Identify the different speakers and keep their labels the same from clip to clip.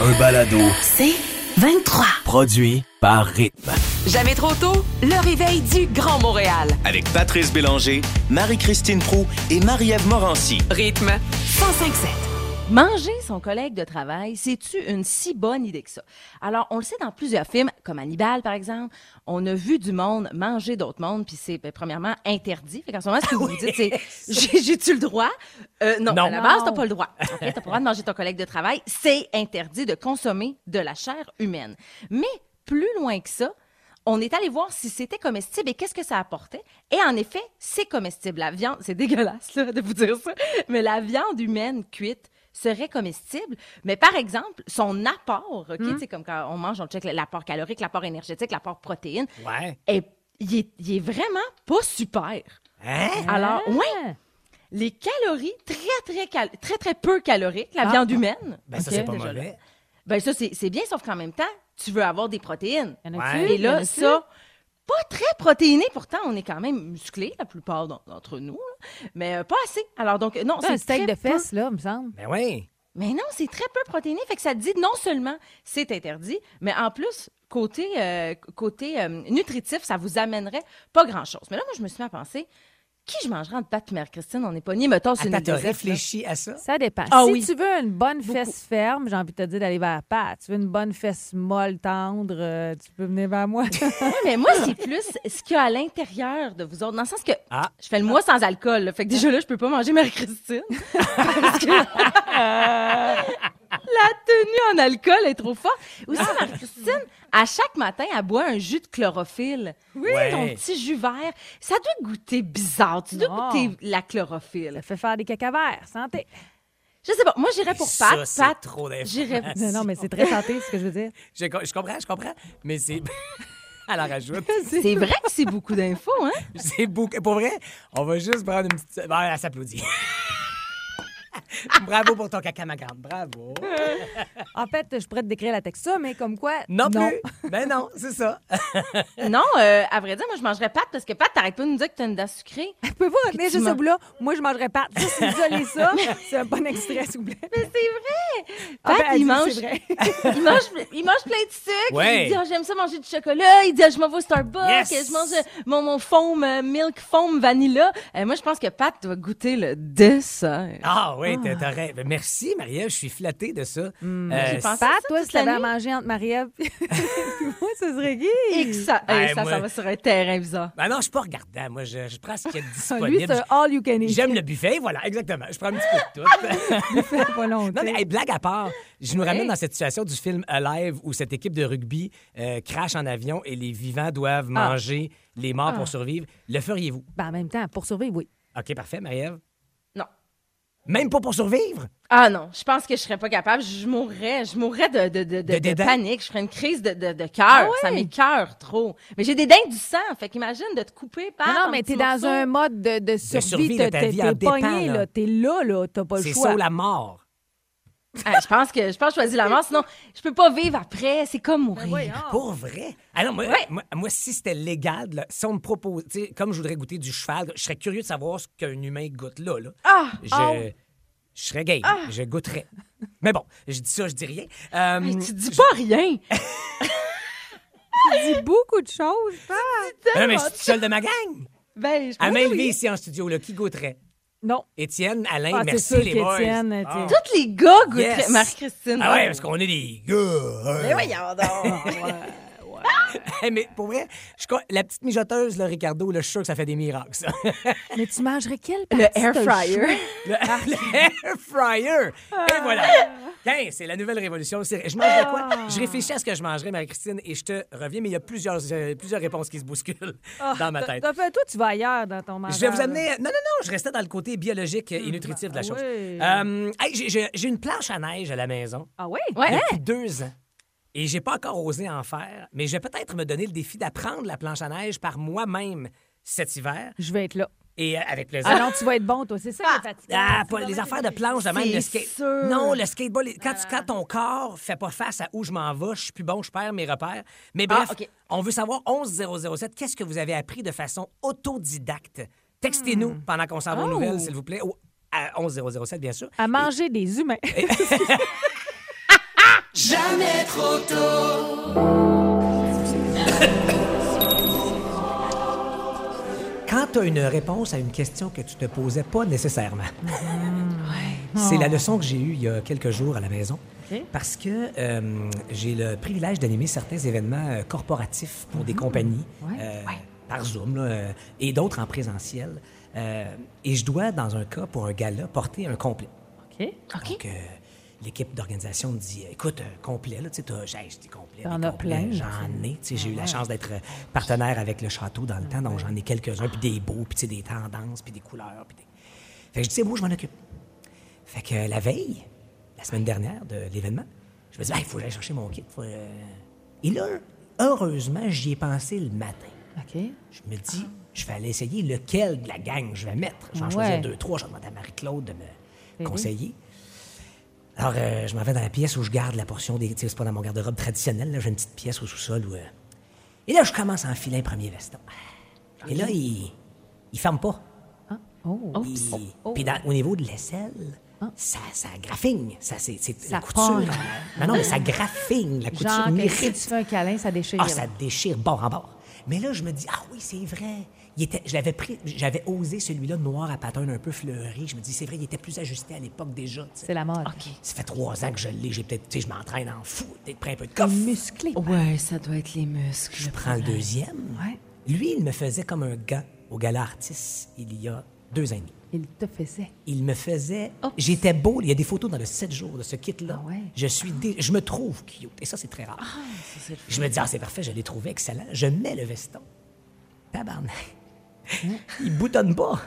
Speaker 1: Un balado.
Speaker 2: C'est 23.
Speaker 1: Produit par Rythme.
Speaker 2: Jamais trop tôt, le réveil du Grand Montréal.
Speaker 3: Avec Patrice Bélanger, Marie-Christine Prou et Marie-Ève Morancy.
Speaker 2: Rythme 1057.
Speaker 4: Manger son collègue de travail, c'est-tu une si bonne idée que ça? Alors, on le sait dans plusieurs films, comme Hannibal, par exemple, on a vu du monde manger d'autres mondes, puis c'est, ben, premièrement, interdit. Fait qu'en ce moment, ce que vous vous dites, c'est « J'ai- j'ai-tu le droit? Euh, non,
Speaker 5: Non.
Speaker 4: à la base, t'as pas le droit. OK? T'as pas le droit de manger ton collègue de travail. C'est interdit de consommer de la chair humaine. Mais plus loin que ça, on est allé voir si c'était comestible et qu'est-ce que ça apportait. Et en effet, c'est comestible. La viande, c'est dégueulasse là, de vous dire ça, mais la viande humaine cuite serait comestible, mais par exemple, son apport, OK, tu sais, comme quand on mange, on check l'apport calorique, l'apport énergétique, l'apport protéine,
Speaker 5: Ouais.
Speaker 4: et il est, il est vraiment pas super.
Speaker 5: Hein?
Speaker 4: Alors,
Speaker 6: Ah.
Speaker 4: ouais, les calories, très, très, cal- très, très peu caloriques, la
Speaker 5: Ah.
Speaker 4: viande humaine.
Speaker 5: Ben, ça,
Speaker 4: OK,
Speaker 5: c'est pas
Speaker 4: déjà là.
Speaker 5: mauvais.
Speaker 4: Ben, ça, c'est c'est bien, sauf qu'en même temps, tu veux avoir des protéines.
Speaker 6: Y en
Speaker 5: Ouais.
Speaker 6: a-tu?
Speaker 4: Et
Speaker 6: Y en
Speaker 4: là,
Speaker 6: a-tu?
Speaker 4: ça, pas très protéiné. Pourtant, on est quand même musclé, la plupart d'en- d'entre nous, là. mais euh, pas assez. Alors, donc, non,
Speaker 6: C'est Ah, un
Speaker 4: c'est
Speaker 6: steak
Speaker 4: très
Speaker 6: de
Speaker 4: peu-
Speaker 6: fesses, là, me semble.
Speaker 5: Ben oui.
Speaker 4: Mais non, c'est très peu protéiné. Fait que ça te dit non seulement c'est interdit, mais en plus, côté, euh, côté euh, nutritif, ça vous amènerait pas grand-chose. Mais là, moi, je me suis mis à penser, qui je mangerais entre pâte Mère-Christine? On est pas ni mettons sur une
Speaker 5: Attends,
Speaker 4: île
Speaker 5: t'as
Speaker 4: déserte, là.
Speaker 5: réfléchi à ça?
Speaker 6: Ça dépend.
Speaker 4: Ah
Speaker 6: si
Speaker 4: oui.
Speaker 6: tu veux une bonne fesse
Speaker 4: Beaucoup.
Speaker 6: ferme, j'ai envie de te dire d'aller vers Pat. Tu veux une bonne fesse molle, tendre, euh, tu peux venir vers moi.
Speaker 4: Ouais, mais moi, c'est plus ce qu'il y a à l'intérieur de vous autres. Dans le sens que
Speaker 5: Ah.
Speaker 4: je fais le mois sans alcool. là. Fait que déjà là, je peux pas manger Marie-Christine. Parce que la tenue en alcool est trop forte. Aussi,
Speaker 5: Ah.
Speaker 4: Marie-Christine, à chaque matin, elle boit un jus de chlorophylle. Oui.
Speaker 5: Ouais.
Speaker 4: Ton petit jus vert. Ça doit goûter bizarre. Tu dois
Speaker 6: Non.
Speaker 4: goûter la
Speaker 6: Ça
Speaker 4: chlorophylle.
Speaker 6: fait faire des caca verts. Santé.
Speaker 4: Je sais pas. Moi, j'irais pour
Speaker 5: Ça,
Speaker 4: Pat.
Speaker 5: c'est
Speaker 4: Pat,
Speaker 5: trop d'informations.
Speaker 4: j'irais...
Speaker 6: Non, non, mais c'est très santé, ce que je veux dire.
Speaker 5: Je, co- je comprends, je comprends. Mais c'est.
Speaker 6: Ah.
Speaker 5: Elle en rajoute.
Speaker 4: C'est vrai que c'est beaucoup d'infos, hein?
Speaker 5: C'est beaucoup. Pour vrai, on va juste prendre une petite. Ben, elle s'applaudit. Bravo pour ton caca, ma grande. Bravo.
Speaker 6: En fait, je pourrais te décrire la texture, mais comme quoi.
Speaker 5: Non, plus. Ben non, c'est ça.
Speaker 4: Non, euh, à vrai dire, moi, je mangerais Pat parce que Pat, t'arrêtes pas de nous dire que t'as une dent sucrée.
Speaker 6: Peux vous retenir
Speaker 4: tu
Speaker 6: juste ce
Speaker 4: m'as-
Speaker 6: bout-là? Moi, je mangerais Pat. Ça, si vous isolez ça, c'est un bon extrait, s'il vous plaît.
Speaker 4: Mais c'est vrai!
Speaker 6: Ah,
Speaker 4: Pat,
Speaker 6: ben, elle
Speaker 4: il,
Speaker 6: dit,
Speaker 4: mange,
Speaker 6: c'est vrai.
Speaker 4: il, mange, il mange plein de sucre.
Speaker 5: Ouais.
Speaker 4: Il dit, Ah, j'aime ça manger du chocolat. Il dit, Ah, je m'en vais au Starbucks.
Speaker 5: Yes.
Speaker 4: Je mange euh, mon, mon foam, euh, milk foam vanilla. Euh, moi, je pense que Pat doit goûter le dessert.
Speaker 5: Ah oui, t'as t'as raison. Ben, Merci, Maria. Je suis flattée de ça.
Speaker 6: Hmm, ben,
Speaker 5: Euh,
Speaker 4: J'ai pensé
Speaker 6: Pat,
Speaker 4: ça
Speaker 6: toi,
Speaker 4: toute
Speaker 6: si t'avais
Speaker 4: la
Speaker 6: à
Speaker 4: nuit.
Speaker 6: manger entre Marie-Ève puis moi, ce serait Guy.
Speaker 4: Et que ça, et
Speaker 5: Ouais,
Speaker 4: ça,
Speaker 5: Ben, moi-
Speaker 4: ça va sur un terrain bizarre.
Speaker 5: Ben non, je suis pas regardant. Moi, je, je prends ce qu'il y a de
Speaker 6: Ah, Lui, c'est
Speaker 5: disponible.
Speaker 6: un all you can eat.
Speaker 5: J'aime le buffet, voilà, exactement. Je prends un petit peu de tout.
Speaker 6: Fais pas longtemps.
Speaker 5: Non, mais hey, blague à part, je nous ramène dans cette situation du film Alive où cette équipe de rugby euh, crache en avion et les vivants doivent
Speaker 4: Ah.
Speaker 5: manger les morts pour survivre. Le feriez-vous?
Speaker 6: Ben, en même temps, pour survivre, oui.
Speaker 5: OK, parfait, Marie-Ève.
Speaker 4: Non.
Speaker 5: Même pas pour survivre?
Speaker 4: Ah non, je pense que je serais pas capable. Je mourrais, je mourrais de, de, de, de, de
Speaker 5: dédain?
Speaker 4: panique. Je ferais une crise de, de, de
Speaker 6: Ah
Speaker 4: cœur. Ça m'écœure trop. Mais j'ai des dingues du sang. Fait qu'imagine de te couper par.
Speaker 6: Ah non,
Speaker 4: un
Speaker 6: mais
Speaker 4: petit
Speaker 6: t'es dans
Speaker 4: morceau.
Speaker 6: un mode de, de
Speaker 5: survie
Speaker 6: survie.
Speaker 5: Ah,
Speaker 6: t'es-
Speaker 5: de ta
Speaker 6: T'es
Speaker 5: vie en
Speaker 6: t'es
Speaker 5: dépend,
Speaker 6: pogné,
Speaker 5: là.
Speaker 6: là. T'es là, là. T'as pas le
Speaker 5: C'est
Speaker 6: choix.
Speaker 5: ça ou la mort?
Speaker 4: Ah, je pense que je pense que je choisis la mort, sinon je peux pas vivre après. C'est comme mourir.
Speaker 5: Pour vrai? Ah non, moi,
Speaker 4: Ouais.
Speaker 5: moi, moi, si c'était légal, là, si on me propose, tu sais, comme je voudrais goûter du cheval, je serais curieux de savoir ce qu'un humain goûte là. là.
Speaker 4: Ah!
Speaker 5: Je, je serais gay, je goûterais. Mais bon, je dis ça, je dis rien. Euh,
Speaker 4: Hey, tu dis pas rien.
Speaker 6: dit beaucoup de choses. Pat.
Speaker 5: non, mais je suis tout seul de ma gang.
Speaker 4: Ben, je
Speaker 5: À
Speaker 4: pense
Speaker 5: main
Speaker 4: que
Speaker 5: levée
Speaker 4: oui.
Speaker 5: ici en studio, là, qui goûterait?
Speaker 6: Non.
Speaker 5: Étienne, Alain,
Speaker 6: Ah, c'est
Speaker 5: merci
Speaker 6: sûr
Speaker 5: les boys.
Speaker 6: qu'Étienne, euh,
Speaker 5: Ah.
Speaker 6: t'es-
Speaker 4: Tous les gars goûteraient
Speaker 5: Yes.
Speaker 4: Marie-Christine.
Speaker 5: Ah ouais, parce qu'on est des gars. hein.
Speaker 4: Mais Ben voyons donc.
Speaker 6: Ouais, ouais.
Speaker 5: Hey, mais pour vrai, je crois- la petite mijoteuse, là, Ricardo, là, je suis sûr que ça fait des miracles, ça.
Speaker 6: Mais tu mangerais quelle partie?
Speaker 4: Le air
Speaker 6: t'as choix?
Speaker 4: fryer.
Speaker 5: Le, le air fryer. Et voilà.
Speaker 6: Ah.
Speaker 5: Tiens, c'est la nouvelle révolution. C'est- Je mangerais quoi? Je réfléchis à ce que je mangerais, Marie-Christine, et je te reviens, mais il y a plusieurs, euh, plusieurs réponses qui se bousculent dans ma
Speaker 6: Ah, T'as-
Speaker 5: tête.
Speaker 6: t'as fait- toi, tu vas ailleurs dans ton mangeur.
Speaker 5: Je vais vous
Speaker 6: là.
Speaker 5: amener. Non, non, non, je restais dans le côté biologique et nutritif de la
Speaker 6: ah
Speaker 5: chose.
Speaker 6: oui.
Speaker 5: Euh, hey, j'ai- j'ai j'ai une planche à neige à la maison
Speaker 6: Ah oui?
Speaker 4: Ouais.
Speaker 5: depuis deux ans. Et j'ai pas encore osé en faire, mais je vais peut-être me donner le défi d'apprendre la planche à neige par moi-même cet hiver.
Speaker 6: Je vais être là.
Speaker 5: Et euh, avec plaisir.
Speaker 6: Ah non, tu vas être bon, toi. C'est ça, la fatigue.
Speaker 5: Ah, pas les affaires de planche, de même
Speaker 4: C'est
Speaker 5: le skate.
Speaker 4: sûr.
Speaker 5: Non, le skateboard, les- quand, tu- quand ton corps fait pas face à où je m'en vais, je suis plus bon, je perds mes repères. Mais bref,
Speaker 4: Ah, OK.
Speaker 5: on veut savoir 11007, qu'est-ce que vous avez appris de façon autodidacte? Textez-nous pendant qu'on s'en va aux nouvelles, s'il vous plaît. Au- à 11007, bien sûr.
Speaker 6: À manger des humains.
Speaker 5: Quand tu as une réponse à une question que tu te posais pas nécessairement. C'est la leçon que j'ai eue il y a quelques jours à la maison.
Speaker 6: OK.
Speaker 5: Parce que euh, j'ai le privilège d'animer certains événements euh, corporatifs pour des compagnies euh, par Zoom là, euh, et d'autres en présentiel. Euh, et je dois, dans un cas, pour un gala, porter un complet.
Speaker 6: OK.
Speaker 5: Donc, euh, l'équipe d'organisation me dit écoute, euh, complet, là, tu sais, t'as- j'ai acheté complet.
Speaker 6: T'en
Speaker 5: des
Speaker 6: as
Speaker 5: complets,
Speaker 6: plein, Ah
Speaker 5: J'en ai. Tu sais, j'ai eu la chance d'être euh, partenaire avec le château dans le temps, donc j'en ai quelques-uns, puis des beaux, puis tu sais, des tendances, puis des couleurs. Puis des... Fait que je dis c'est beau, je m'en occupe. Fait que euh, la veille, la semaine dernière de l'événement, je me dis il faut que j'aille chercher mon kit. faut, euh. Et là, heureusement, j'y ai pensé le matin.
Speaker 6: OK.
Speaker 5: Je me dis, je vais aller essayer lequel de la gang je vais mettre. Je vais en
Speaker 6: Ouais.
Speaker 5: choisir deux, trois. Je vais demander à Marie-Claude de me conseiller. Alors, euh, je m'en vais dans la pièce où je garde la portion des. Tu sais, c'est pas dans mon garde-robe traditionnel. là. J'ai une petite pièce au sous-sol où. euh, Et là, je commence à enfiler un premier veston.
Speaker 6: Ah.
Speaker 5: Et là, il. Il ferme pas.
Speaker 6: Oh. Ah.
Speaker 5: Puis- Puis dans- au niveau de l'aisselle, ça, ça graffigne. Ça, c'est, c'est
Speaker 6: Ça
Speaker 5: la couture.
Speaker 6: pend.
Speaker 5: euh, Non, non, mais ça graffigne. La couture
Speaker 6: Genre, que si
Speaker 5: mérite
Speaker 6: tu fais un câlin, ça déchire.
Speaker 5: ah, ça déchire bord en bord. Mais là, je me dis, ah oui, c'est vrai. Il était, je l'avais pris, j'avais osé celui-là noir à pattern un peu fleuri. Je me dis, c'est vrai, il était plus ajusté à l'époque déjà. tu sais.
Speaker 6: C'est la mode.
Speaker 5: Ça fait trois ans que je l'ai. J'ai peut-être, tu sais, je m'entraîne en fou. Peut-être pris un peu de coffre.
Speaker 6: Musclé.
Speaker 5: Oh,
Speaker 4: Ouais, ça doit être les muscles.
Speaker 5: Je prends le deuxième. Lui, il me faisait comme un gars au gala artiste il y a deux ans et demi.
Speaker 6: Il te faisait.
Speaker 5: Il me faisait. J'étais beau. Il y a des photos dans le 7 jours de ce kit-là.
Speaker 6: Ah ouais.
Speaker 5: Je suis dé- Je me trouve cute. Et ça, c'est très rare. je me dis, ah, c'est parfait, je l'ai trouvé excellent. Je mets le veston. Tabarnak. Il boutonne pas.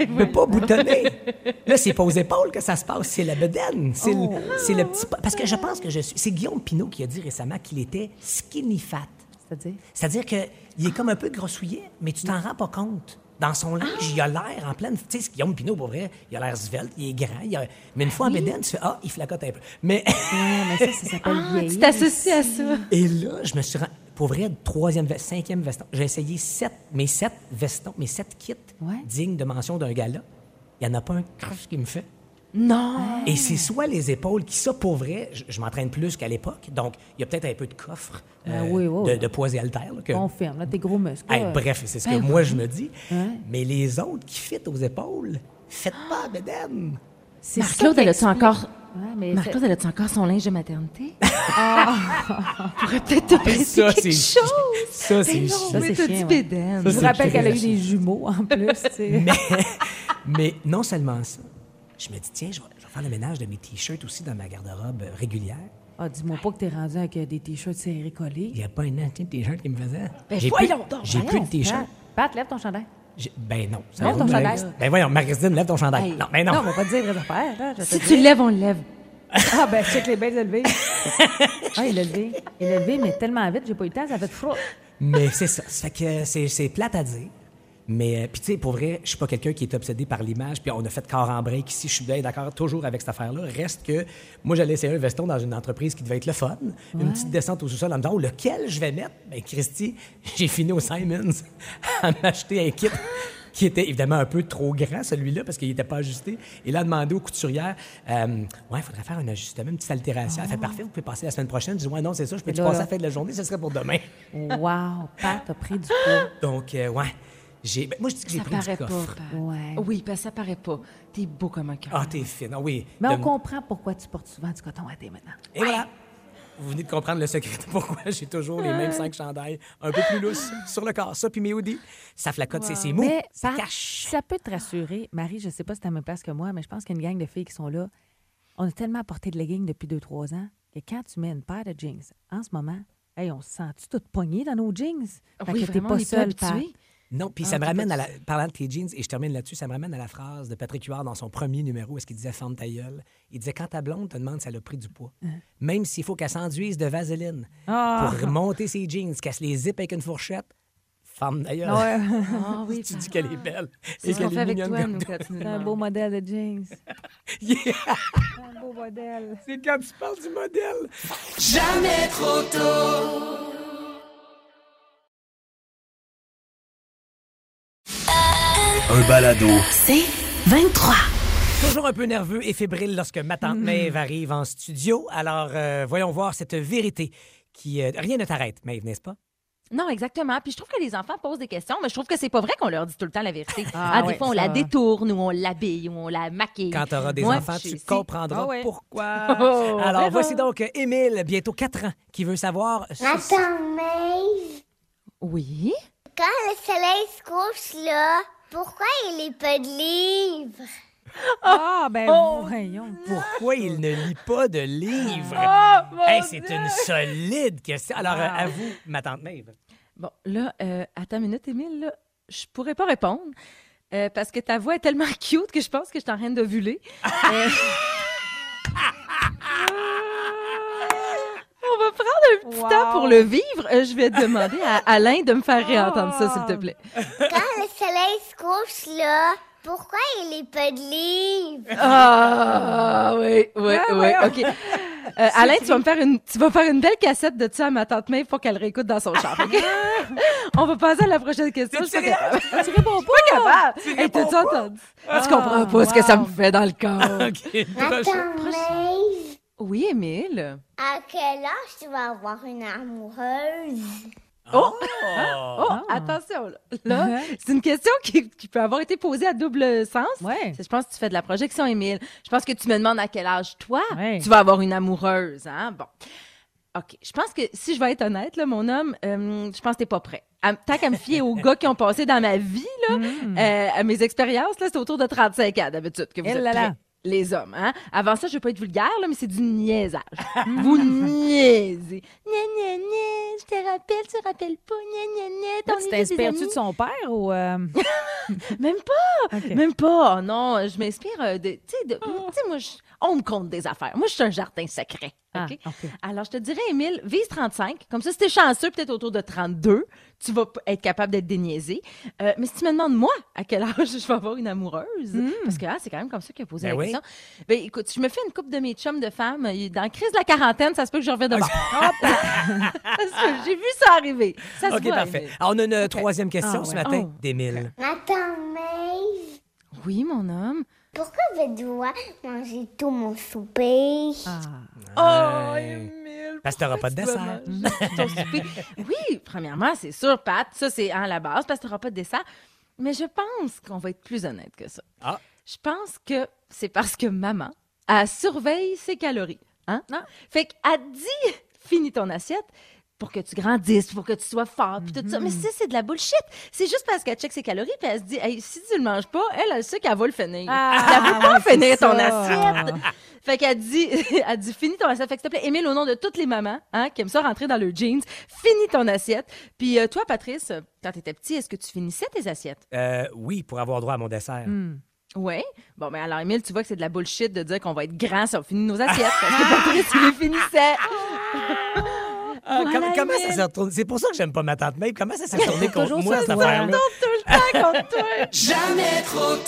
Speaker 5: Il ne peut pas boutonner. Là, c'est pas aux épaules que ça se passe, c'est la bedaine. C'est le, c'est le petit. pa- Parce que je pense que je suis. C'est Guillaume Pinault qui a dit récemment qu'il était skinny fat.
Speaker 6: C'est-à-dire?
Speaker 5: C'est-à-dire qu'il est comme un peu grossouillet, mais tu t'en rends pas compte. Dans son linge, il a l'air en pleine. Tu sais, Guillaume Pinot, pour vrai, il a l'air svelte, il est grand. il a- Mais une fois en bédaine, tu fais Ah, il flacote un peu. Mais.
Speaker 6: Ouais, mais ça, ça s'appelle
Speaker 5: Ah,
Speaker 6: vieillir.
Speaker 4: Tu t'associes à ça.
Speaker 5: Et là, je me suis rendu. Pour vrai, troisième, vest- cinquième veston. J'ai essayé sept, mes sept vestons, mes sept kits
Speaker 6: Ouais.
Speaker 5: dignes de mention d'un gala. Il n'y en a pas un crush qui me fait.
Speaker 4: Non.
Speaker 6: Ah.
Speaker 5: Et c'est soit les épaules qui, ça, pour vrai, je, je m'entraîne plus qu'à l'époque. Donc, il y a peut-être un peu de coffre euh,
Speaker 6: Ben oui, oui,
Speaker 5: de,
Speaker 6: oui.
Speaker 5: de poids et altères. là, que-
Speaker 6: Confirme, là, tes gros muscles.
Speaker 5: Hey,
Speaker 6: là.
Speaker 5: bref, c'est ce
Speaker 4: Ben
Speaker 5: que moi je me dis. Mais les autres qui fitent aux épaules, faites pas, madame.
Speaker 6: C'est ça
Speaker 4: Marc-Claude,
Speaker 6: qui
Speaker 4: elle a-tu
Speaker 6: explique-
Speaker 4: encore...
Speaker 6: Ouais, mais c'est-
Speaker 4: Marc-Claude, elle a-tu encore son linge de maternité? Ah. Pourrait peut-être te prêter
Speaker 5: Ah, Ça,
Speaker 4: Ben, quelque
Speaker 5: c'est
Speaker 4: chose.
Speaker 5: chiant. Ça, c'est
Speaker 4: Ben non,
Speaker 5: chiant.
Speaker 6: Ça, c'est
Speaker 4: mais t'as
Speaker 6: chiant,
Speaker 4: du
Speaker 6: ouais.
Speaker 4: bédaine.
Speaker 6: Je vous
Speaker 5: c'est
Speaker 6: rappelle qu'elle a eu
Speaker 5: curieux,
Speaker 6: des jumeaux en plus. tu sais.
Speaker 5: Mais, mais non seulement ça, je me dis, tiens, je vais, je vais faire le ménage de mes T-shirts aussi dans ma garde-robe euh, régulière.
Speaker 6: Ah, dis-moi pas que t'es rendu avec euh, des t-shirts serrés collés.
Speaker 5: Il n'y a pas un ancien T-shirt qui me faisait.
Speaker 4: Ben
Speaker 5: j'ai plus,
Speaker 4: voyons donc,
Speaker 5: j'ai plus de T-shirt.
Speaker 6: Pat, Pat, lève ton chandail.
Speaker 5: J'ai- Ben non. ça
Speaker 6: Lève
Speaker 5: va
Speaker 6: ton
Speaker 5: pas.
Speaker 6: chandail.
Speaker 5: Ben voyons, Marie-Christine, lève ton chandail.
Speaker 4: Hey.
Speaker 5: Non, ben non.
Speaker 6: Non, on va pas te dire les affaires. Là, je
Speaker 4: Si
Speaker 6: te
Speaker 4: tu
Speaker 6: dis.
Speaker 4: le lèves, on le lève.
Speaker 6: Ah, ben, check les belles élevées. ah, il l'a levé. Il l'a levé, mais tellement vite, j'ai pas eu le temps, ça fait froid.
Speaker 5: Mais c'est ça. Ça fait que c'est, c'est plate à dire. Mais, euh, puis tu sais, pour vrai, je suis pas quelqu'un qui est obsédé par l'image. Puis on a fait corps en break ici. Je suis bien d'accord toujours avec cette affaire-là. Reste que moi, j'allais essayer un veston dans une entreprise qui devait être le fun. Une petite descente au sous-sol en me disant, oh, lequel je vais mettre? Ben, Christy, j'ai fini au Simons à m'acheter un kit qui était évidemment un peu trop grand, celui-là, parce qu'il n'était pas ajusté. Il a demandé aux couturières, euh, ouais, il faudrait faire un ajustement, une petite altération. Elle fait parfait, vous pouvez passer la semaine prochaine. Je dis, ouais, non, c'est ça, je peux
Speaker 6: Ah. là,
Speaker 5: passer
Speaker 6: là.
Speaker 5: la fin de la journée, ce serait pour demain.
Speaker 6: Wow, Pat a pris du poids.
Speaker 5: Donc, euh, ouais. J'ai... ben, moi, je dis que j'ai
Speaker 4: Ça
Speaker 5: pris du
Speaker 4: paraît pas.
Speaker 5: coffre.
Speaker 4: Pat.
Speaker 6: Ouais.
Speaker 4: Oui, parce que ça paraît pas. T'es beau comme un cœur.
Speaker 5: Ah, t'es fine. Ah oui.
Speaker 6: Mais on
Speaker 5: De-
Speaker 6: comprend pourquoi tu portes souvent du coton à tes maintenant.
Speaker 5: Et voilà. vous venez de comprendre le secret de pourquoi j'ai toujours les
Speaker 6: Euh.
Speaker 5: mêmes cinq chandails un peu plus lousses sur le corps. Ça, puis mes hoodies, ça flacote, c'est- c'est mou,
Speaker 6: Mais
Speaker 5: ça
Speaker 6: par-
Speaker 5: cache.
Speaker 6: ça peut te rassurer. Marie, je sais pas si tu as la même place que moi, mais je pense qu'il y a une gang de filles qui sont là. On a tellement porté de leggings depuis 2-3 ans que quand tu mets une paire de jeans en ce moment, hey, on se sent-tu toute poignée dans nos jeans? Fait
Speaker 4: Oui,
Speaker 6: que t'es
Speaker 4: vraiment, on
Speaker 6: pas
Speaker 4: est plus
Speaker 6: seule, Pat.
Speaker 4: habitués.
Speaker 5: Non, puis
Speaker 6: Ah,
Speaker 5: ça me ramène à la. Parlant de tes jeans, et je termine là-dessus, ça me ramène à la phrase de Patrick Huard dans son premier numéro, où est-ce qu'il disait Ferme ta gueule. Il disait Quand ta blonde te demande si elle a pris du poids, même s'il faut qu'elle s'enduise de vaseline
Speaker 6: Hein. Ah!
Speaker 5: pour remonter ses jeans, qu'elle se les zippe avec une fourchette, ferme ta gueule.
Speaker 6: Ouais.
Speaker 4: Ah oui,
Speaker 5: tu
Speaker 4: Pat.
Speaker 5: dis qu'elle est belle.
Speaker 4: C'est ce qu'on
Speaker 5: qu'elle
Speaker 4: fait
Speaker 5: est
Speaker 4: avec
Speaker 5: mignonne
Speaker 4: toi,
Speaker 5: comme
Speaker 4: nous,
Speaker 5: toi.
Speaker 4: quand tu nous
Speaker 6: C'est un
Speaker 4: demandes.
Speaker 6: beau modèle de jeans.
Speaker 5: Yeah!
Speaker 6: un beau modèle.
Speaker 5: C'est quand tu parles du modèle.
Speaker 1: Un balado.
Speaker 7: C'est 23.
Speaker 5: Toujours un peu nerveux et fébrile lorsque ma tante
Speaker 6: Mm-hmm.
Speaker 5: Maeve arrive en studio. Alors, euh, voyons voir cette vérité qui... euh, rien ne t'arrête, Maeve, n'est-ce pas?
Speaker 4: Non, exactement. Puis je trouve que les enfants posent des questions, mais je trouve que c'est pas vrai qu'on leur dit tout le temps la vérité.
Speaker 6: Ah
Speaker 4: Ah, des
Speaker 6: ouais,
Speaker 4: fois, on
Speaker 6: ça-
Speaker 4: la détourne ou on l'habille ou on la maquille.
Speaker 5: Quand tu auras des
Speaker 4: Moi,
Speaker 5: enfants,
Speaker 4: je
Speaker 5: tu
Speaker 4: sais.
Speaker 5: comprendras
Speaker 6: Ah ouais.
Speaker 5: pourquoi.
Speaker 4: Oh,
Speaker 5: Alors,
Speaker 4: verra.
Speaker 5: voici donc euh, Émile, bientôt 4 ans, qui veut savoir... ce-
Speaker 6: Ah,
Speaker 8: Attends, Maeve,
Speaker 4: Oui?
Speaker 8: quand le soleil se couche là, pourquoi il n'est pas de livres?
Speaker 6: Ah, ben
Speaker 4: Oh!
Speaker 6: voyons.
Speaker 5: Pourquoi il ne lit pas de livres?
Speaker 6: Oh,
Speaker 5: Hey, c'est une solide question. Alors,
Speaker 6: Ah.
Speaker 5: euh, à vous, ma tante Maeve.
Speaker 4: Bon, là, euh, attends une minute, Émile, là, je pourrais pas répondre euh, parce que ta voix est tellement cute que je pense que je suis en train d'ovuler. Euh, On va prendre un petit
Speaker 6: Wow.
Speaker 4: temps pour le vivre. Euh, je vais demander à Alain de me faire réentendre
Speaker 6: Ah.
Speaker 4: ça, s'il te plaît.
Speaker 8: Quand le soleil se couche là, pourquoi il n'est pas de livres?
Speaker 4: Ah oui, oui,
Speaker 6: Ah,
Speaker 4: oui,
Speaker 6: voyons.
Speaker 4: OK. Euh, Alain, tu vas me faire une, tu vas faire une belle cassette de ça à ma tante Maeve pour qu'elle réécoute dans son char. ok? On va passer à la prochaine question. Je suis pas capable. Tu réponds pas. capable. Hey, t'as-tu entendu? Ah, Tu comprends pas ce que ça me fait dans le corps.
Speaker 5: Eh ben,
Speaker 8: Attends, Maeve,
Speaker 4: Oui, Émile.
Speaker 8: à quel âge tu vas avoir une amoureuse?
Speaker 5: Ah.
Speaker 4: Oh, attention. là. Là, c'est une question qui, qui peut avoir été posée à double sens.
Speaker 6: Ouais.
Speaker 4: C'est- Je pense que tu fais de la projection, Émile. Je pense que tu me demandes à quel âge, toi,
Speaker 6: Ouais.
Speaker 4: tu vas avoir une amoureuse. Hein? Bon. OK. Je pense que, si je vais être honnête, là, mon homme, euh, je pense que t'es pas prêt. À- tant qu'à me fier aux gars qui ont passé dans ma vie, là, euh, à mes expériences, là, c'est autour de 35 ans d'habitude que vous
Speaker 6: Hmm. Eh
Speaker 4: êtes
Speaker 6: là là.
Speaker 4: prêts, Les hommes, hein? Avant ça, je veux pas être vulgaire, là, mais c'est du niaisage.
Speaker 6: Hmm.
Speaker 4: vous niaisez. Nia, nia, nia, je te rappelle, tu te rappelles pas, nia, nia, nia,
Speaker 6: Toi,
Speaker 4: ton
Speaker 6: tu
Speaker 4: idée des
Speaker 6: t'inspires-tu
Speaker 4: amis.
Speaker 6: de son père ou. euh,
Speaker 4: Même pas!
Speaker 6: Ok.
Speaker 4: Même pas! Oh non, je m'inspire euh, de. Tu sais,
Speaker 5: Ah.
Speaker 4: de- tu sais, moi, je- on me compte des affaires. Moi, je suis un jardin secret.
Speaker 6: Ah,
Speaker 4: OK?
Speaker 6: ok.
Speaker 4: Alors, je te dirais, Émile, vise 35. Comme ça, si t'es chanceux, peut-être autour de 32, tu vas p- être capable d'être déniaisé. Euh, mais si tu me demandes, moi, à quel âge je vais avoir une amoureuse, parce que ah, c'est quand même comme ça qu'il a posé
Speaker 5: Hmm. Ben
Speaker 4: la
Speaker 5: oui.
Speaker 4: question. Ben, écoute, je me fais une coupe de mes chums de femmes. euh, Dans la crise de la quarantaine, ça se peut que je revienne de bord. Hop! Ça se peut, J'ai vu ça arriver. Ça se
Speaker 5: OK,
Speaker 4: voit,
Speaker 5: parfait.
Speaker 4: Émile.
Speaker 5: Alors, on a une troisième question
Speaker 6: Ah,
Speaker 5: ce
Speaker 6: ouais.
Speaker 5: matin
Speaker 4: Oh.
Speaker 5: d'Émile.
Speaker 8: Attends, Maeve,
Speaker 4: Oui, mon homme.
Speaker 8: pourquoi je dois manger tout mon souper?
Speaker 4: Oh,
Speaker 5: Ouais.
Speaker 4: Émile!
Speaker 5: Parce que t'auras pas de dessert.
Speaker 4: Ton souper. Oui, premièrement, c'est sûr, Pat, ça c'est à la base parce que tu n'auras pas de dessert. Mais je pense qu'on va être plus honnête que ça.
Speaker 5: Ah.
Speaker 4: Je pense que c'est parce que maman, elle surveille ses calories. Hein?
Speaker 6: Ah.
Speaker 4: Fait qu'elle te dit, finis ton assiette pour que tu grandisses, pour que tu sois fort, puis tout ça. Mais
Speaker 6: Mhm.
Speaker 4: ça, c'est de la bullshit. C'est juste parce qu'elle check ses calories, puis elle se dit, Hey, si tu le manges pas, elle, elle sait qu'elle va le finir.
Speaker 6: Ah,
Speaker 4: elle veut pas
Speaker 6: ouais, c'est
Speaker 4: finir ton
Speaker 6: ça.
Speaker 4: assiette. Fait qu'elle dit, elle dit, finis ton assiette. Fait que s'il te plaît, Émile, au nom de toutes les mamans, hein, qui aiment ça rentrer dans le jeans, finis ton assiette. Puis euh, toi, Patrice, euh, quand t'étais petit, est-ce que tu finissais tes assiettes?
Speaker 5: Euh, oui, pour avoir droit à mon dessert.
Speaker 6: Hmm.
Speaker 4: Oui. Bon, mais alors, Émile, tu vois que c'est de la bullshit de dire qu'on va être grand si on finit nos assiettes. parce que Patrice, il les finissait.
Speaker 5: Ah, com-
Speaker 4: Voilà,
Speaker 5: comment ça
Speaker 4: Émile.
Speaker 5: s'est retourné? C'est pour ça que j'aime pas ma tante Maeve. Comment ça s'est retourné contre
Speaker 6: Toujours
Speaker 5: moi,
Speaker 6: ça,
Speaker 5: cette
Speaker 6: toi.
Speaker 5: affaire-là?
Speaker 4: Tout le temps contre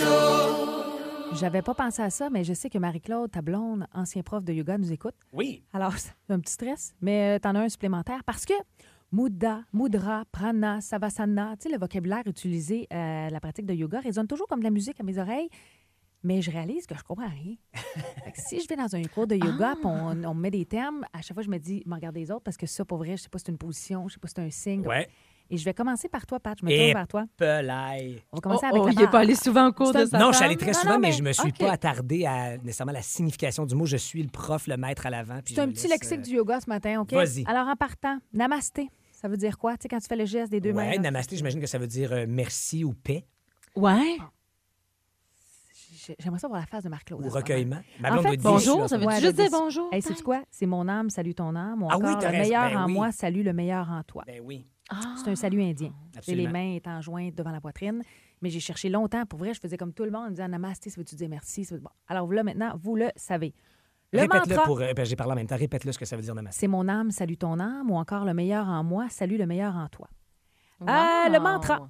Speaker 4: toi.
Speaker 6: J'avais pas pensé à ça, mais je sais que Marie-Claude, ta blonde, ancien prof de yoga, nous écoute.
Speaker 5: Oui.
Speaker 6: Alors, c'est un petit stress, mais euh, t'en as un supplémentaire parce que mudra, mudra, prana, savasana, tu sais, le vocabulaire utilisé euh, à la pratique de yoga résonne toujours comme de la musique à mes oreilles, mais je réalise que je comprends rien. Fait que si je vais dans un cours de yoga,
Speaker 5: Ah!
Speaker 6: puis on, on me met des termes, à chaque fois, je me dis, m'en regarde les autres parce que ça, pour vrai, je sais pas si c'est une position, je sais pas si c'est un signe.
Speaker 5: Ouais.
Speaker 6: Et je vais commencer par toi, Pat. Je me
Speaker 5: Et
Speaker 6: tourne vers toi.
Speaker 5: pelaille.
Speaker 6: On va commencer
Speaker 4: Oh,
Speaker 6: avec
Speaker 4: oh,
Speaker 6: la
Speaker 4: il est
Speaker 6: barre.
Speaker 4: pas allé souvent au cours
Speaker 6: C'est
Speaker 4: de
Speaker 6: un-
Speaker 4: sa
Speaker 6: Non,
Speaker 5: Non, je suis allé
Speaker 6: femme?
Speaker 5: très
Speaker 6: Non,
Speaker 5: souvent,
Speaker 6: non,
Speaker 5: mais,
Speaker 6: mais-
Speaker 5: je me suis
Speaker 6: OK.
Speaker 5: pas attardé à nécessairement la signification du mot. Je suis le prof, le maître à l'avant. puis
Speaker 6: C'est
Speaker 5: je
Speaker 6: un
Speaker 5: me
Speaker 6: petit
Speaker 5: laisse,
Speaker 6: lexique
Speaker 5: euh,
Speaker 6: du yoga ce matin, OK?
Speaker 5: Vas-y.
Speaker 6: Alors, en partant, namasté, ça veut dire quoi? Tu sais, quand tu fais le geste des deux mains.
Speaker 5: Ouais,
Speaker 6: là.
Speaker 5: namasté, j'imagine que ça veut dire euh, merci ou paix
Speaker 4: Ouais.
Speaker 6: J'ai- J'aimerais ça voir la face de Marc-Claude.
Speaker 5: ou
Speaker 6: en ce moment.
Speaker 5: recueillement. Ma
Speaker 6: En
Speaker 5: blonde
Speaker 6: fait,
Speaker 5: doit dire
Speaker 4: Bonjour,
Speaker 5: là,
Speaker 4: ça veut
Speaker 6: Ouais,
Speaker 4: juste
Speaker 6: ben,
Speaker 4: dire bonjour.
Speaker 6: Hey, c'est quoi? C'est mon âme, salue ton âme. Mon
Speaker 5: Ah oui,
Speaker 6: corps,
Speaker 5: t'as
Speaker 6: le
Speaker 5: raison.
Speaker 6: meilleur
Speaker 5: Ben
Speaker 6: en
Speaker 5: oui.
Speaker 6: moi, salue le meilleur en toi.
Speaker 5: Ben oui.
Speaker 6: C'est un salut indien. J'ai les
Speaker 5: Absolument.
Speaker 6: mains étant jointes devant la poitrine. Mais j'ai cherché longtemps. Pour vrai, je faisais comme tout le monde en disant Namasté, ça veut-tu dire merci? Ça veut- bon. Alors là, maintenant, vous le savez. Le
Speaker 5: Répète-le
Speaker 6: mantra,
Speaker 5: pour. euh, ben, J'ai parlé en même temps. Répète-le ce que ça veut dire namasté.
Speaker 6: c'est mon âme, salue ton âme, ou encore le meilleur en moi, salue le meilleur en toi. Ah,
Speaker 4: Ah,
Speaker 6: le mantra.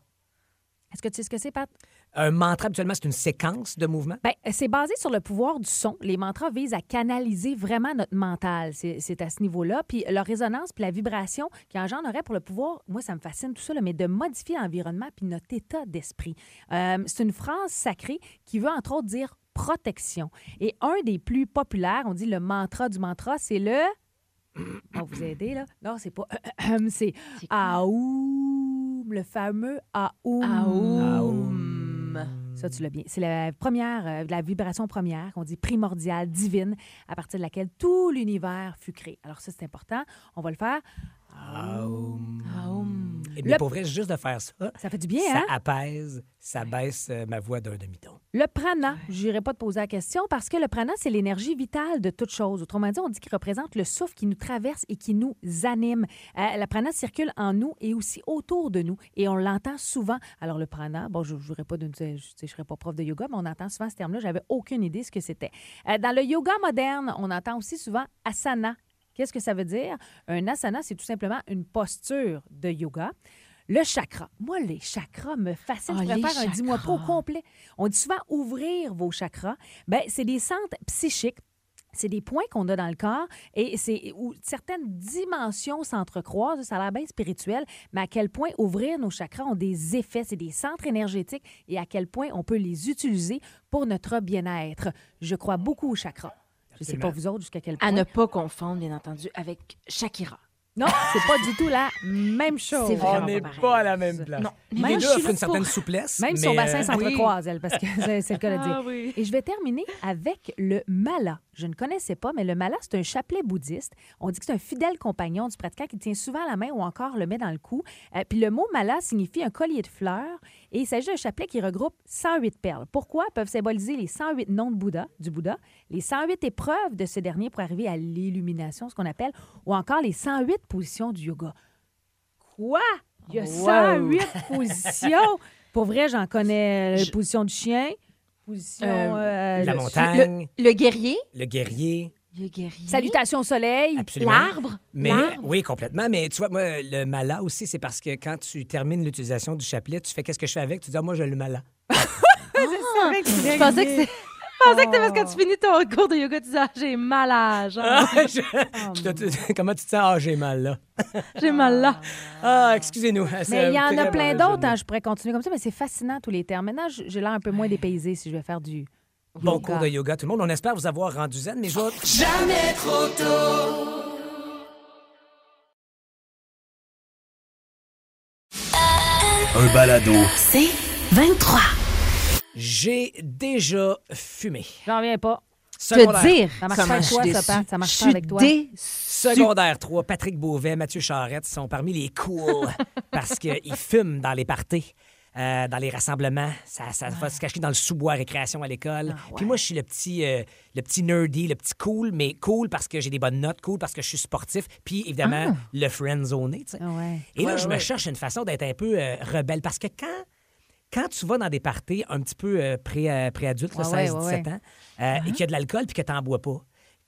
Speaker 6: Est-ce que tu sais ce que c'est, Pat?
Speaker 5: Un mantra, habituellement, c'est une séquence de mouvements.
Speaker 6: Ben, c'est basé sur le pouvoir du son. Les mantras visent à canaliser vraiment notre mental. C'est c'est à ce niveau-là. Puis leur résonance, puis la vibration qui engendrerait pour le pouvoir, moi, ça me fascine tout ça, là, mais de modifier l'environnement puis notre état d'esprit. Euh, c'est une phrase sacrée qui veut, entre autres, dire protection. Et un des plus populaires, on dit le mantra du mantra, c'est le... On va vous aider, là. Non, c'est pas... c'est Aoum, le fameux Aoum.
Speaker 4: Aoum.
Speaker 6: Ça, tu l'as bien. C'est la première, euh, la vibration première qu'on dit primordiale, divine, à partir de laquelle tout l'univers fut créé. Alors ça, c'est important. On va le faire.
Speaker 5: Et Eh bien,
Speaker 6: Le-
Speaker 5: pour vrai, juste de faire ça,
Speaker 6: Ça fait du bien,
Speaker 5: ça
Speaker 6: hein?
Speaker 5: apaise, ça baisse euh, ma voix d'un demi-ton.
Speaker 6: Le prana, je n'irai pas te poser la question parce que le prana, c'est l'énergie vitale de toute chose. Autrement dit, on dit qu'il représente le souffle qui nous traverse et qui nous anime. Euh, le prana circule en nous et aussi autour de nous et on l'entend souvent. Alors le prana, bon, je ne serais pas, d'une- je, je serais pas prof de yoga, mais on entend souvent ce terme-là. J'avais aucune idée ce que c'était. Euh, dans le yoga moderne, on entend aussi souvent asana. Qu'est-ce que ça veut dire? Un asana, c'est tout simplement une posture de yoga. Le chakra. Moi, les chakras me fascinent.
Speaker 4: Ah,
Speaker 6: je
Speaker 4: les
Speaker 6: préfère un dis-moi pas au
Speaker 4: chakras.
Speaker 6: complet. On dit souvent ouvrir vos chakras. Ben, c'est des centres psychiques. C'est des points qu'on a dans le corps et c'est où certaines dimensions s'entrecroisent. Ça a l'air bien spirituel, mais à quel point ouvrir nos chakras ont des effets, c'est des centres énergétiques et à quel point on peut les utiliser pour notre bien-être. Je crois beaucoup aux chakras. Je sais pas vous autres jusqu'à quel point.
Speaker 4: À ne pas confondre, bien entendu, avec Shakira.
Speaker 6: Non, c'est pas du tout la même chose.
Speaker 4: C'est vraiment
Speaker 5: Oh, On n'est
Speaker 4: pareil.
Speaker 5: pas à la même place.
Speaker 4: Non.
Speaker 6: Même
Speaker 5: Les deux
Speaker 6: je suis
Speaker 5: offrent
Speaker 6: là
Speaker 5: une certaine
Speaker 4: pour-
Speaker 5: souplesse.
Speaker 6: Même
Speaker 5: mais,
Speaker 6: son
Speaker 5: euh,
Speaker 6: bassin s'entrecroise, elle, parce que c'est c'est le cas de le dire.
Speaker 4: Ah oui.
Speaker 6: Et je vais terminer avec le mala. Je ne connaissais pas, mais le mala, c'est un chapelet bouddhiste. On dit que c'est un fidèle compagnon du pratiquant qui tient souvent la main ou encore le met dans le cou. Euh, puis le mot mala signifie un collier de fleurs et il s'agit d'un chapelet qui regroupe 108 perles. Pourquoi Elles peuvent symboliser les 108 noms de Bouddha, du Bouddha, les 108 épreuves de ce dernier pour arriver à l'illumination, ce qu'on appelle, ou encore les 108 positions du yoga. Quoi? Il y a
Speaker 4: Wow.
Speaker 6: 108 positions. Pour vrai, j'en connais la
Speaker 4: Je-
Speaker 6: position du chien, position
Speaker 4: Euh,
Speaker 6: euh,
Speaker 5: La
Speaker 6: le-
Speaker 5: montagne,
Speaker 4: Le guerrier.
Speaker 5: le guerrier.
Speaker 4: Le guerrier.
Speaker 6: Salutations au soleil.
Speaker 5: Absolument.
Speaker 4: L'arbre.
Speaker 5: Mais
Speaker 4: L'arbre.
Speaker 5: oui, complètement. Mais tu vois, moi, le mala aussi, c'est parce que quand tu termines l'utilisation du chapelet, tu fais qu'est-ce que je fais avec? Tu dis, Ah, moi, j'ai le mala.
Speaker 4: Je pensais que c'est. Je pensais que c'était parce que quand tu finis ton cours de yoga, tu disais ah, j'ai mal à la jambe,
Speaker 5: Ah, Je-
Speaker 6: Oh,
Speaker 5: je te- comment tu te sens? Ah, j'ai mal là.
Speaker 4: j'ai mal là.
Speaker 5: Ah, excusez-nous.
Speaker 6: Mais il y en a plein d'autres. hein, Je pourrais continuer comme ça, mais c'est fascinant tous les termes. Maintenant, j- j'ai l'air un peu moins dépaysé si je vais faire du.
Speaker 5: Bon
Speaker 6: yoga.
Speaker 5: cours de yoga, tout le monde. On espère vous avoir rendu zen, mais je vais-
Speaker 1: Un balado.
Speaker 7: C'est 23.
Speaker 5: j'ai déjà fumé.
Speaker 6: J'en reviens pas.
Speaker 5: Secondaire,
Speaker 6: Ça marche pas avec toi, ça, Pat? Ça marche pas avec toi?
Speaker 5: secondaire 3, Patrick Beauvais, Mathieu Charrette sont parmi les cool parce qu'ils fument dans les parties. euh, dans les rassemblements, ça, ça va se cacher dans le sous-bois récréation à l'école.
Speaker 6: Ah,
Speaker 5: Puis moi, je suis le petit, euh, le petit nerdy, le petit cool, mais cool parce que j'ai des bonnes notes, cool parce que je suis sportif, puis évidemment le friendzoné. tu sais.
Speaker 6: Ah ouais.
Speaker 5: Et là, je me cherche une façon d'être un peu euh, rebelle parce que quand quand tu vas dans des parties un petit peu euh, pré, euh, pré-adulte, là,
Speaker 6: Ouais, ouais,
Speaker 5: 16, 17
Speaker 6: ouais, Uh-huh.
Speaker 5: ans, euh, et qu'il y a de l'alcool puis que t'en bois pas,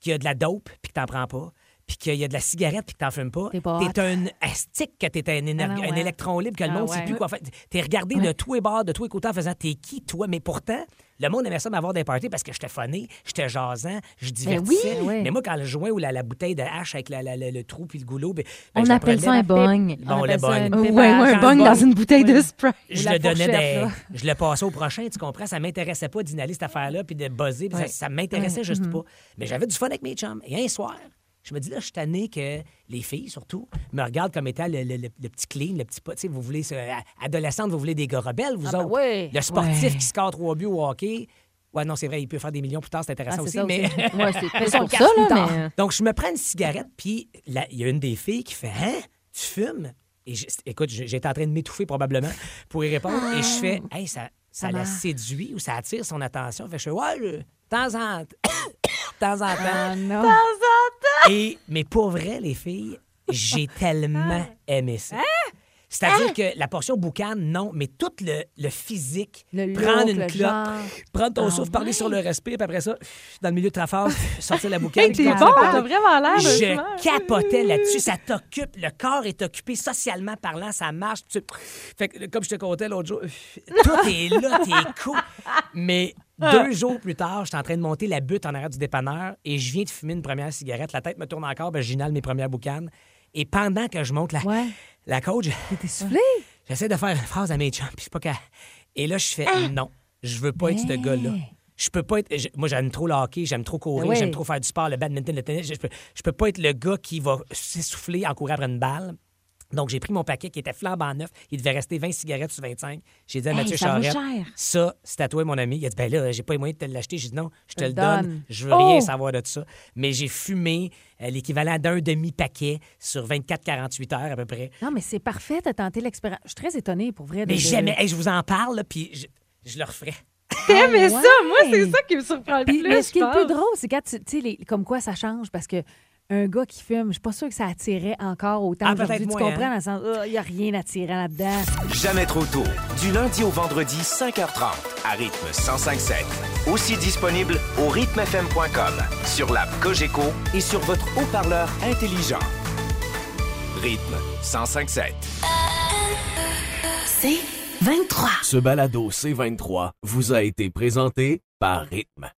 Speaker 5: qu'il y a de la dope puis que t'en prends pas, puis qu'il y a de la cigarette puis que t'en fumes pas,
Speaker 6: T'es pas hot.
Speaker 5: un astique, que t'es un, éner-
Speaker 6: Ah non,
Speaker 5: un
Speaker 6: ouais.
Speaker 5: électron libre, que le
Speaker 6: Ah
Speaker 5: monde sait
Speaker 6: ouais.
Speaker 5: plus quoi faire. T'es regardé de tous les bords, de tous les côtés en faisant t'es qui, toi, mais pourtant, le monde aimait ça m'avoir des parties parce que j'étais funné, j'étais jasant, je divertissais.
Speaker 6: Ben oui, oui.
Speaker 5: Mais moi, quand le joint ou la, la bouteille de hache avec la- la- la- le trou puis le goulot, ben, ben,
Speaker 4: On
Speaker 5: je la
Speaker 4: appelle ça
Speaker 5: prenais.
Speaker 4: un bong.
Speaker 5: Bon,
Speaker 6: On
Speaker 5: le
Speaker 6: appelle ça
Speaker 5: bong.
Speaker 6: Ah, ben, une
Speaker 4: Ouais, ouais,
Speaker 6: préparation.
Speaker 4: un bong dans une bouteille de Sprite.
Speaker 6: Ou
Speaker 5: Je
Speaker 6: la
Speaker 5: le donnais
Speaker 6: fourchette,
Speaker 5: des-
Speaker 6: là.
Speaker 5: Je le passais au prochain, tu comprends? Ça m'intéressait pas d'inhaler cette affaire-là puis de buzzer. puis ça-
Speaker 4: Ouais.
Speaker 6: Mhm.
Speaker 5: Ça, m'intéressait juste pas. Mais j'avais du fun avec mes chums. Et un soir, Je me dis, là, je suis tanné que les filles, surtout, me regardent comme étant le, le- le- le petit clean, le petit pas. Tu sais, vous voulez, ce- a- adolescente, vous voulez des gars rebelles, vous
Speaker 6: Ah, ben
Speaker 5: autres.
Speaker 6: oui.
Speaker 5: Le sportif
Speaker 6: Ouais.
Speaker 5: qui score trois buts au hockey. Ouais, non, c'est vrai, il peut faire des millions plus tard, c'est intéressant
Speaker 6: Ah, c'est
Speaker 5: aussi,
Speaker 6: ça aussi.
Speaker 5: mais.
Speaker 6: Ouais, c'est peut-être
Speaker 5: On
Speaker 6: pour
Speaker 5: le
Speaker 6: ça,
Speaker 5: cache plus
Speaker 6: là,
Speaker 5: tard.
Speaker 6: mais-
Speaker 5: Donc, je me prends une cigarette, puis là, il y a une des filles qui fait Hein, tu fumes Et je- écoute, j'- j'étais en train de m'étouffer probablement pour y répondre, et je fais Hey, ça, ça
Speaker 6: Ah. Ça
Speaker 5: la
Speaker 6: marche.
Speaker 5: séduit ou ça attire son attention. Fait que je fais Ouais, le- de temps en temps. de temps en temps.
Speaker 6: Ah non.
Speaker 5: Et, mais pour vrai, les filles, j'ai tellement
Speaker 6: Ah.
Speaker 5: aimé ça.
Speaker 6: Hein?
Speaker 5: C'est-à-dire que la portion boucan, non, mais tout le, le physique,
Speaker 6: Le
Speaker 5: prendre
Speaker 6: look,
Speaker 5: une
Speaker 6: le
Speaker 5: clope,
Speaker 6: genre.
Speaker 5: prendre ton
Speaker 6: Ah
Speaker 5: souffle, parler
Speaker 6: ouais.
Speaker 5: sur le respect, puis après ça, dans le milieu de ta phase, sortir la boucane.
Speaker 4: Hey, t'es bon, t'as vraiment l'air,
Speaker 5: Je
Speaker 4: heureusement.
Speaker 5: capotais là-dessus, ça t'occupe, le corps est occupé socialement parlant, ça marche. tu- Fait que, comme je te contais l'autre jour, tout est là, t'es cool. Mais
Speaker 6: Ah.
Speaker 5: deux jours plus tard, j'étais en train de monter la butte en arrière du dépanneur et je viens de fumer une première cigarette. La tête me tourne encore, ben, j'inhale mes premières boucanes. Et pendant que je monte la,
Speaker 6: Ouais.
Speaker 5: la coach,
Speaker 6: T'es soufflé?
Speaker 5: j'essaie de faire une phrase à mes chums, puis c'est pas qu'à- Et là, je fais non, je veux pas être ce gars-là. Je peux pas être. je- moi, j'aime trop le hockey, j'aime trop courir,
Speaker 6: Ben oui.
Speaker 5: j'aime trop faire du sport, le badminton, le tennis. Je, je peux, je peux pas être le gars qui va s'essouffler en courant après une balle. Donc, j'ai pris mon paquet qui était flambant neuf. Il devait rester 20 cigarettes sur 25. J'ai dit à
Speaker 4: Hey,
Speaker 5: Mathieu
Speaker 4: ça vaut
Speaker 5: Charette,
Speaker 4: cher.
Speaker 5: ça, c'est à toi, mon ami. Il a dit, ben là, j'ai pas les moyens de te l'acheter. J'ai dit, non, je te
Speaker 6: Je
Speaker 5: le
Speaker 6: le
Speaker 5: donne.
Speaker 6: donne.
Speaker 5: Je veux rien
Speaker 6: Oh!
Speaker 5: savoir de ça. Mais j'ai fumé euh, l'équivalent d'un demi-paquet sur 24-48 heures à peu près.
Speaker 6: Non, mais c'est parfait, t'as tenté l'expérience. Je suis très étonnée, pour vrai. de-
Speaker 5: Mais
Speaker 6: de-
Speaker 5: j'aimais. Hey, je vous en parle, là, puis je, je le referais.
Speaker 4: T'aimais
Speaker 6: Ah
Speaker 4: ça? Moi, c'est
Speaker 6: ouais.
Speaker 4: ça qui me surprend le plus.
Speaker 6: Mais ce qui est le
Speaker 4: je
Speaker 6: plus
Speaker 4: pense.
Speaker 6: drôle, c'est quand tu tu sais, les- comme quoi ça change, parce que un gars qui fume, je suis pas sûre que ça attirait encore autant
Speaker 5: Ah,
Speaker 6: aujourd'hui. Tu
Speaker 5: peut-être
Speaker 6: comprends
Speaker 5: moins,
Speaker 6: dans le sens, Ah, il n'y a rien d'attirant là-dedans.
Speaker 3: Jamais trop tôt. Du lundi au vendredi, 5h30, à rythme 105.7. Aussi disponible au rythmefm.com, sur l'app Cogeco et sur votre haut-parleur intelligent. Rythme 105.7.
Speaker 7: C'est 23.
Speaker 9: Ce balado C23 vous a été présenté par Rythme.